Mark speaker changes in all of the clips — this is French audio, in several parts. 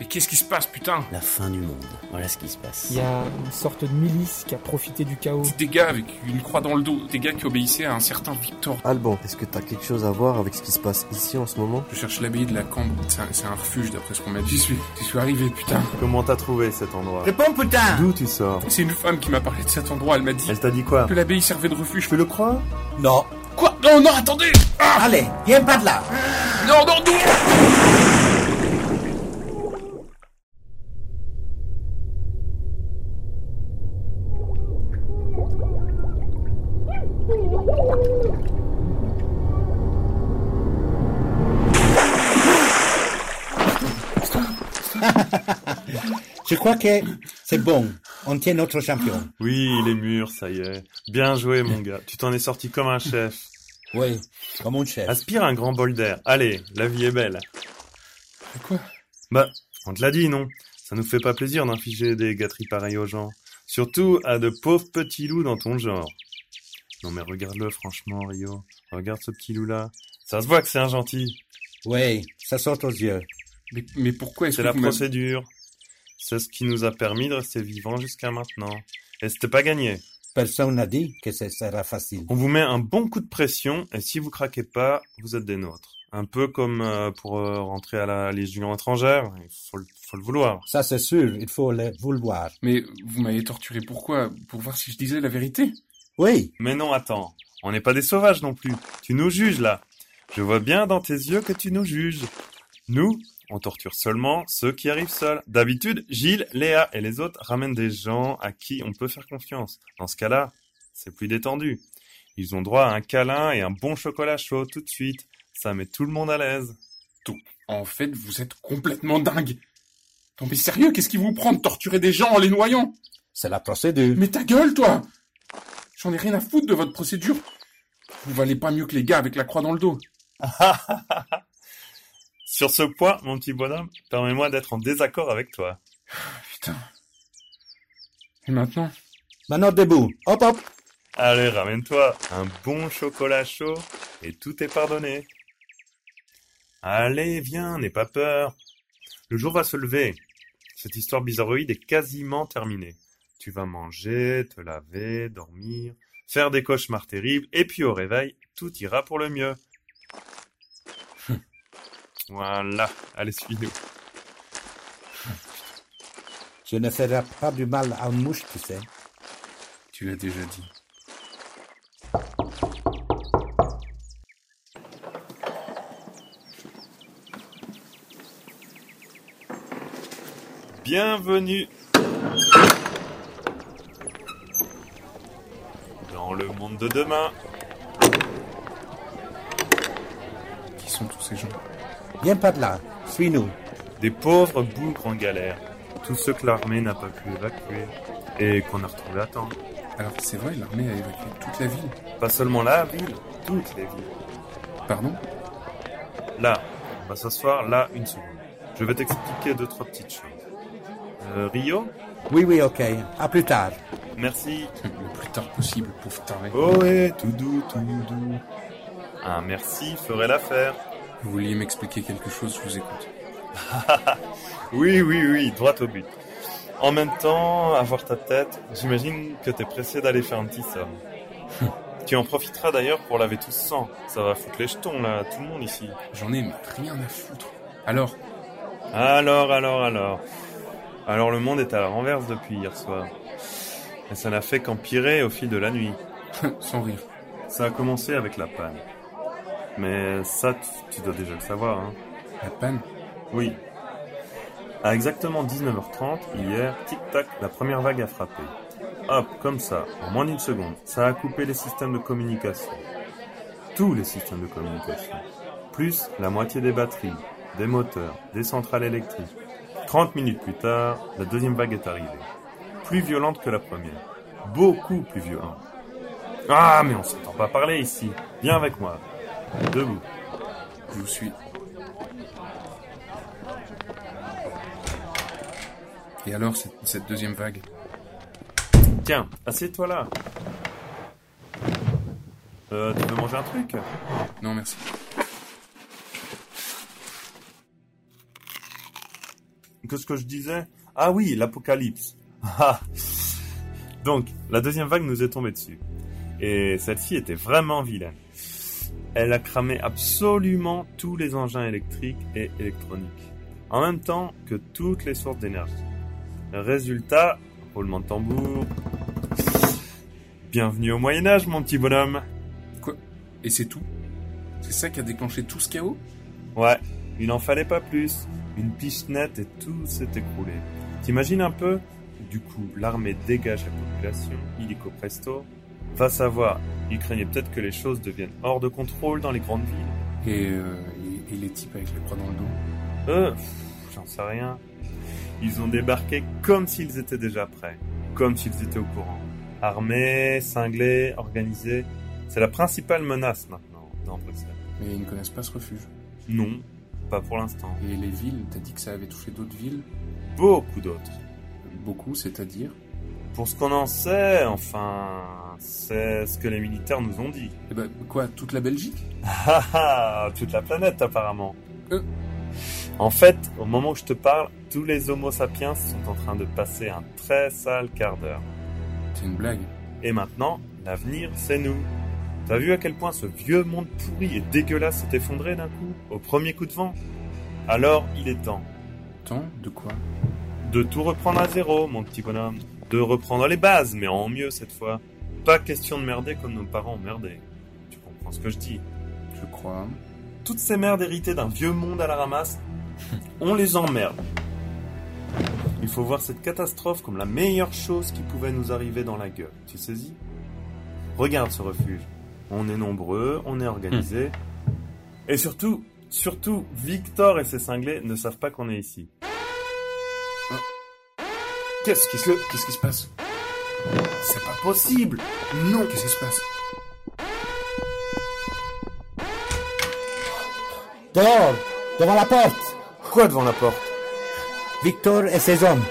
Speaker 1: Mais qu'est-ce qui se passe, putain
Speaker 2: La fin du monde. Voilà ce qui se passe.
Speaker 3: Il y a une sorte de milice qui a profité du chaos.
Speaker 1: Des gars avec une croix dans le dos, des gars qui obéissaient à un certain Victor.
Speaker 4: Alban, est-ce que t'as quelque chose à voir avec ce qui se passe ici en ce moment
Speaker 1: Je cherche l'abbaye de la Cambre. C'est un, c'est un refuge, d'après ce qu'on m'a dit. J'y suis, j'y suis arrivé, putain.
Speaker 4: Comment t'as trouvé cet endroit
Speaker 5: Réponds, putain
Speaker 4: D'où tu sors
Speaker 1: C'est une femme qui m'a parlé de cet endroit. Elle m'a dit
Speaker 4: Elle t'a dit quoi
Speaker 1: que l'abbaye servait de refuge.
Speaker 4: Je peux le croire
Speaker 5: Non.
Speaker 1: Quoi Non, non, attendez Ah
Speaker 5: Allez, viens pas de là
Speaker 1: Non, non, non
Speaker 5: Je crois que c'est bon. On tient notre champion.
Speaker 4: Oui, les murs, ça y est. Bien joué, mon gars. Tu t'en es sorti comme un chef.
Speaker 5: Oui, comme mon chef.
Speaker 4: Aspire un grand bol d'air. Allez, la vie est belle.
Speaker 1: Quoi
Speaker 4: Bah, on te l'a dit, non Ça nous fait pas plaisir d'infliger des gâteries pareilles aux gens. Surtout à de pauvres petits loups dans ton genre. Non mais regarde-le franchement, Rio. Regarde ce petit loup-là. Ça se voit que c'est un gentil.
Speaker 5: Oui, ça sort aux yeux.
Speaker 1: mais, mais pourquoi est-ce
Speaker 4: C'est
Speaker 1: que
Speaker 4: la
Speaker 1: vous m'avez-
Speaker 4: procédure. C'est ce qui nous a permis de rester vivants jusqu'à maintenant. Et c'était pas gagné.
Speaker 5: Personne n'a dit que ce sera facile.
Speaker 4: On vous met un bon coup de pression et si vous craquez pas, vous êtes des nôtres. Un peu comme euh, pour euh, rentrer à la Légion étrangère, il faut, le- faut le vouloir.
Speaker 5: Ça, c'est sûr, il faut le vouloir.
Speaker 1: Mais vous m'avez torturé pourquoi Pour voir si je disais la vérité
Speaker 5: Oui,
Speaker 4: Mais non, attends, on n'est pas des sauvages non plus. Tu nous juges là. Je vois bien dans tes yeux que tu nous juges. Nous, on torture seulement ceux qui arrivent seuls. D'habitude, Gilles, Léa et les autres ramènent des gens à qui on peut faire confiance. Dans ce cas-là, c'est plus détendu. Ils ont droit à un câlin et un bon chocolat chaud tout de suite. Ça met tout le monde à l'aise.
Speaker 1: En fait, vous êtes complètement dingue Non mais sérieux, qu'est-ce qui vous prend de torturer des gens en les noyant
Speaker 5: c'est la procédure.
Speaker 1: Mais ta gueule, toi J'en ai rien à foutre de votre procédure Vous valez pas mieux que les gars avec la croix dans le dos.
Speaker 4: Sur ce point, mon petit bonhomme, permets-moi d'être en désaccord avec toi.
Speaker 1: Ah, Putain. Et maintenant
Speaker 5: Maintenant, debout. Hop, hop.
Speaker 4: Allez, ramène-toi un bon chocolat chaud et tout est pardonné. Allez, viens, n'aie pas peur. Le jour va se lever. Cette histoire bizarroïde est quasiment terminée. Tu vas manger, te laver, dormir, faire des cauchemars terribles, et puis au réveil, tout ira pour le mieux. voilà, allez, suis-nous.
Speaker 5: Je ne ferai pas du mal à une mouche, tu sais.
Speaker 1: Tu l'as déjà dit.
Speaker 4: Bienvenue dans le monde de demain.
Speaker 1: Qui sont tous ces gens
Speaker 5: Viens pas de là. Suis-nous.
Speaker 4: des pauvres bougres en galère, tous ceux que l'armée n'a pas pu évacuer et qu'on a retrouvé à temps.
Speaker 1: Alors c'est vrai, l'armée a évacué toute la ville.
Speaker 4: Pas seulement la ville, toutes les villes.
Speaker 1: Pardon
Speaker 4: Là, on va s'asseoir là une seconde. Je vais t'expliquer deux trois petites choses. Euh, Rio,
Speaker 5: Oui, oui, ok. À plus tard.
Speaker 4: merci.
Speaker 1: Le plus tard possible, pauvre taré.
Speaker 4: Oh ouais, tout doux, tout doux. Un merci ferait l'affaire.
Speaker 1: Vous vouliez m'expliquer quelque chose, je vous écoute.
Speaker 4: Oui, oui, oui, droit au but. En même temps, avoir ta tête, j'imagine que t'es pressé d'aller faire un petit somme. tu en profiteras d'ailleurs pour laver tout ce sang. Ça va foutre les jetons, là, tout le monde ici.
Speaker 1: J'en ai mais rien à foutre. Alors,
Speaker 4: Alors, alors, alors. Alors, le monde est à la renverse depuis hier soir. Et ça n'a fait qu'empirer au fil de la nuit.
Speaker 1: sans rire.
Speaker 4: Ça a commencé avec la panne. Mais ça, tu- tu dois déjà le savoir, hein.
Speaker 1: La panne
Speaker 4: Oui. À exactement 19h30, hier, tic-tac, la première vague a frappé. Hop, comme ça, en moins d'une seconde, ça a coupé les systèmes de communication. Tous les systèmes de communication. Plus la moitié des batteries, des moteurs, des centrales électriques. 30 minutes plus tard, la deuxième vague est arrivée. Plus violente que la première. Beaucoup plus violente. Ah, mais on s'entend pas parler ici. Viens avec moi. Debout.
Speaker 1: Je vous suis. Et alors, cette, cette deuxième vague
Speaker 4: Tiens, assieds-toi là. Euh, tu veux manger un truc
Speaker 1: Non, merci.
Speaker 4: Qu'est-ce que je disais Ah oui, l'apocalypse. Ah. Donc, la deuxième vague nous est tombée dessus. Et celle-ci était vraiment vilaine. Elle a cramé absolument tous les engins électriques et électroniques, en même temps que toutes les sources d'énergie. Résultat, roulement de tambour. Bienvenue au Moyen Âge, mon petit bonhomme.
Speaker 1: Et c'est tout C'est ça qui a déclenché tout ce chaos
Speaker 4: Ouais, il n'en fallait pas plus. Une pichenette et tout s'est écroulé. T'imagines un peu Du coup, l'armée dégage la population, illico presto. Va savoir, il craignait peut-être que les choses deviennent hors de contrôle dans les grandes villes.
Speaker 1: et, euh, et- et les types avec les bras dans le dos
Speaker 4: Eux, Euh, pff, j'en sais rien. Ils ont débarqué comme s'ils étaient déjà prêts, comme s'ils étaient au courant. Armés, cinglés, organisés. C'est la principale menace maintenant dans Bruxelles.
Speaker 1: Mais ils ne connaissent pas ce refuge.
Speaker 4: Non, pas pour l'instant.
Speaker 1: Et les villes, t'as dit que ça avait touché d'autres villes
Speaker 4: Beaucoup d'autres.
Speaker 1: Beaucoup, c'est-à-dire
Speaker 4: Pour ce qu'on en sait, enfin, c'est ce que les militaires nous ont dit.
Speaker 1: Eh ben, quoi, toute la Belgique
Speaker 4: Ah ah, toute la planète apparemment.
Speaker 1: Euh.
Speaker 4: En fait, au moment où je te parle, tous les Homo sapiens sont en train de passer un très sale quart d'heure.
Speaker 1: C'est une blague.
Speaker 4: Et maintenant, l'avenir, c'est nous. T'as vu à quel point ce vieux monde pourri et dégueulasse s'est effondré d'un coup, au premier coup de vent Alors, il est temps
Speaker 1: Tant de quoi
Speaker 4: de tout reprendre à zéro, mon petit bonhomme. De reprendre les bases, mais en mieux cette fois. Pas question de merder comme nos parents ont merdé. Tu comprends ce que je dis
Speaker 1: Je crois.
Speaker 4: Toutes ces merdes héritées d'un vieux monde à la ramasse, on les emmerde. Il faut voir cette catastrophe comme la meilleure chose qui pouvait nous arriver dans la gueule. Tu saisis Regarde ce refuge. On est nombreux, on est organisé. Et surtout, surtout, Victor et ses cinglés ne savent pas qu'on est ici.
Speaker 1: Qu'est-ce qui se... Qu'est-ce qui se passe
Speaker 4: C'est pas possible
Speaker 1: Non Qu'est-ce qui se passe
Speaker 5: Dehors Devant la porte
Speaker 4: Quoi devant la porte
Speaker 5: Victor et ses hommes.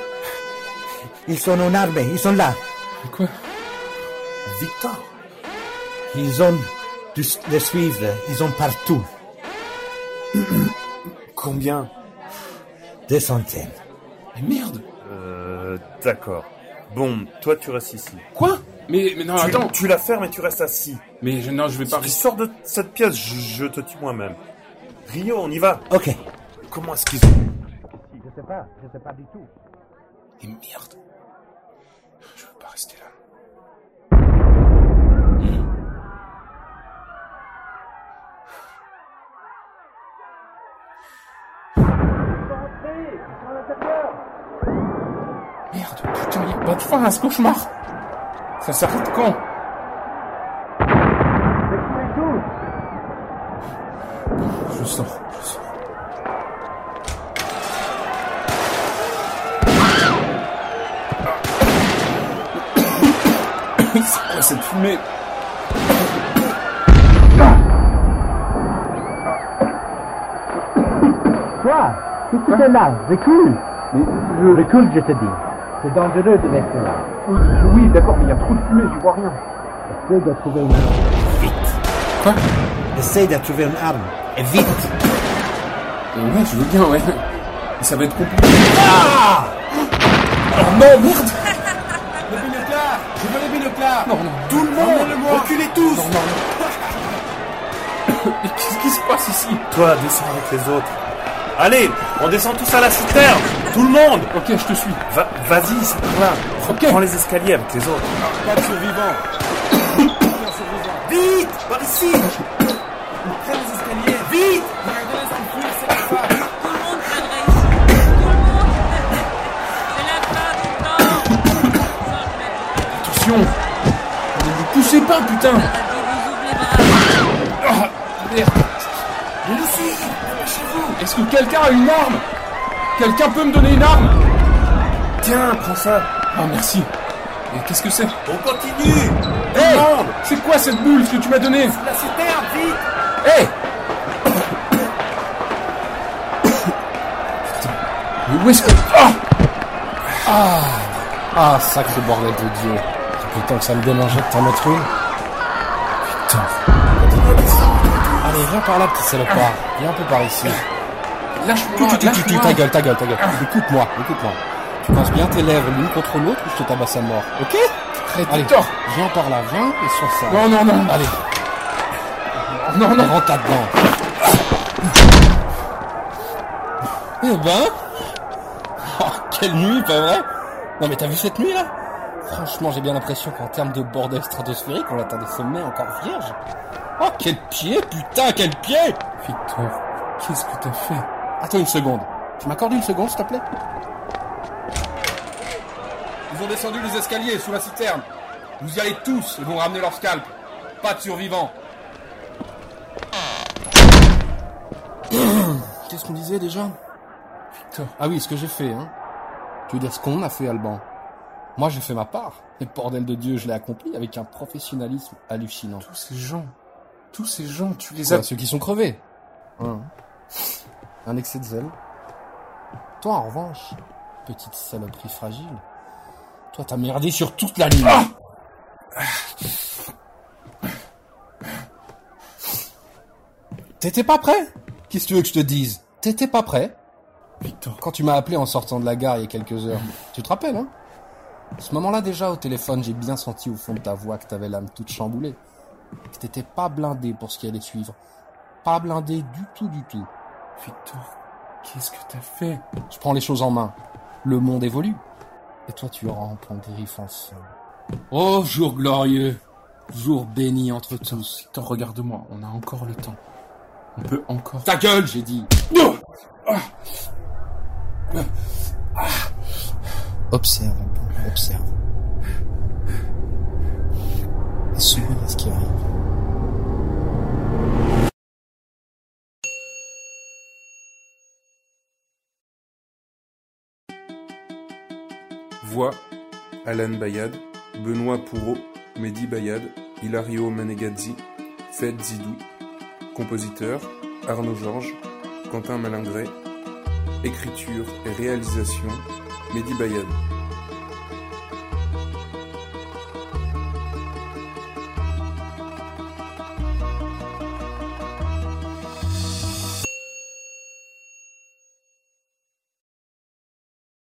Speaker 5: Ils sont en armée, ils sont là.
Speaker 1: Mais Quoi
Speaker 5: Victor Ils ont dû s- les suivre, ils ont partout.
Speaker 4: Combien
Speaker 5: Des centaines.
Speaker 1: Mais merde
Speaker 4: Euh, d'accord. Bon, toi tu restes ici.
Speaker 1: Quoi mais, mais non,
Speaker 4: Tu-
Speaker 1: Ah, attends
Speaker 4: tu la fermes et tu restes assis.
Speaker 1: Mais je, non, je vais pas...
Speaker 4: Paris, sors de cette pièce, je, je te tue moi-même. Rio, on y va.
Speaker 5: Ok.
Speaker 4: Comment est-ce qu'ils ont
Speaker 5: Je sais pas, je sais pas du tout.
Speaker 1: Mais merde Je veux pas rester là. Merde, putain, il a pas de fin à ce cauchemar Ça s'arrête quand Je sors, je sors. C'est quoi cette fumée
Speaker 6: Quoi Qu'est-ce que tu fais là Recule Mais je... Recule, je te dis. C'est dangereux de rester là. Oui, d'accord, mais il y a trop de fumée, je vois rien. Essaye de trouver une arme.
Speaker 5: Essaye de trouver une arme. Et vite
Speaker 1: Euh, Ouais, je veux bien, ouais. Mais ça va être compliqué. Ah oh non, merde
Speaker 5: Le binoclard Je veux le binoclard
Speaker 1: Non, non,
Speaker 5: Tout le monde Reculez
Speaker 1: non,
Speaker 5: tous
Speaker 1: non. Mais qu'est-ce qui se passe ici
Speaker 4: Toi, descends avec les autres. Allez, on descend tous à la citerne. Tout le monde.
Speaker 1: Ok, je te suis.
Speaker 4: Va- Vas-y, c'est par là.
Speaker 1: Ok.
Speaker 4: Prends les escaliers avec les autres.
Speaker 5: Pas de survivants
Speaker 4: Vite, par ici. Vite.
Speaker 7: Tout le monde viendra ici. Tout le monde. C'est la fin du temps. Sans le mettre,
Speaker 1: Attention Ne vous poussez pas, putain
Speaker 7: la radio vous ouvre les bras.
Speaker 1: Merde vous Est-ce que quelqu'un a une arme Quelqu'un peut me donner une arme
Speaker 4: Tiens, prends ça.
Speaker 1: Ah, merci. Mais qu'est-ce que c'est
Speaker 4: On continue.
Speaker 1: Hey Oh, C'est quoi cette boule que tu m'as donnée
Speaker 4: La citerne, vite.
Speaker 1: Hey Putain, Mais où est-ce que... Ah
Speaker 2: Ah, sacré bordel de Dieu. Depuis le temps que ça me démangeait de t'en mettre une. Putain. Allez, viens par là, petit salopard. Viens un peu par ici.
Speaker 1: lâche-moi,
Speaker 2: Tu- tu- tu- tu-
Speaker 1: lâche-moi.
Speaker 2: Ta gueule, ta gueule, ta gueule. Écoute-moi, écoute-moi. Tu pinces bien tes lèvres l'une contre l'autre ou je te tabasse à mort, ok
Speaker 1: Arrête,
Speaker 2: Allez,
Speaker 1: Victor.
Speaker 2: viens par là, viens et sois ça.
Speaker 1: Non, non, non,
Speaker 2: Allez,
Speaker 1: non, non.
Speaker 2: rentre là-dedans. Eh ben oh, Quelle nuit, pas vrai Non mais t'as vu cette nuit là Franchement, j'ai bien l'impression qu'en termes de bordel stratosphérique, on atteint des sommets encore vierges. Oh, quel pied, putain, quel pied
Speaker 1: Victor, qu'est-ce que t'as fait
Speaker 2: Attends une seconde. Tu m'accordes une seconde, s'il te plaît Ils ont descendu les escaliers sous la citerne. Vous y allez tous et vont ramener leur scalp. Pas de survivants. Qu'est-ce qu'on disait déjà Victor. Ah oui, ce que j'ai fait, hein. Tu veux dire ce qu'on a fait, Alban Moi, j'ai fait ma part. Et bordel de Dieu, je l'ai accompli avec un professionnalisme hallucinant.
Speaker 1: Tous ces gens, tous ces gens, tu les
Speaker 2: Quoi,
Speaker 1: as...
Speaker 2: ceux qui sont crevés. Hein. Un excès de zèle. Toi, en revanche, petite saloperie fragile, toi, t'as merdé sur toute la ligne. T'étais pas prêt Qu'est-ce que tu veux que je te dise T'étais pas prêt
Speaker 1: Victor,
Speaker 2: Quand tu m'as appelé en sortant de la gare il y a quelques heures, tu te rappelles, hein À ce moment-là, déjà, au téléphone, j'ai bien senti au fond de ta voix que t'avais l'âme toute chamboulée. Que t'étais pas blindé pour ce qui allait suivre. Pas blindé du tout, du tout.
Speaker 1: Victor, qu'est-ce que t'as fait
Speaker 2: Je prends les choses en main. Le monde évolue. Et toi, tu rampes en griffant seul. Oh, jour glorieux. Jour béni entre tous.
Speaker 1: Victor, regarde-moi, on a encore le temps. On peut encore...
Speaker 2: Ta gueule, j'ai dit. Observe, Alban, observe. Et souris à ce qui arrive.
Speaker 8: Voix Alan Bayad, Benoît Pourreau, Mehdi Bayad, Hilario Menegazzi, Fed Zidou. Compositeur Arnaud Georges, Quentin Malingré. Écriture et réalisation Mehdi Bayad.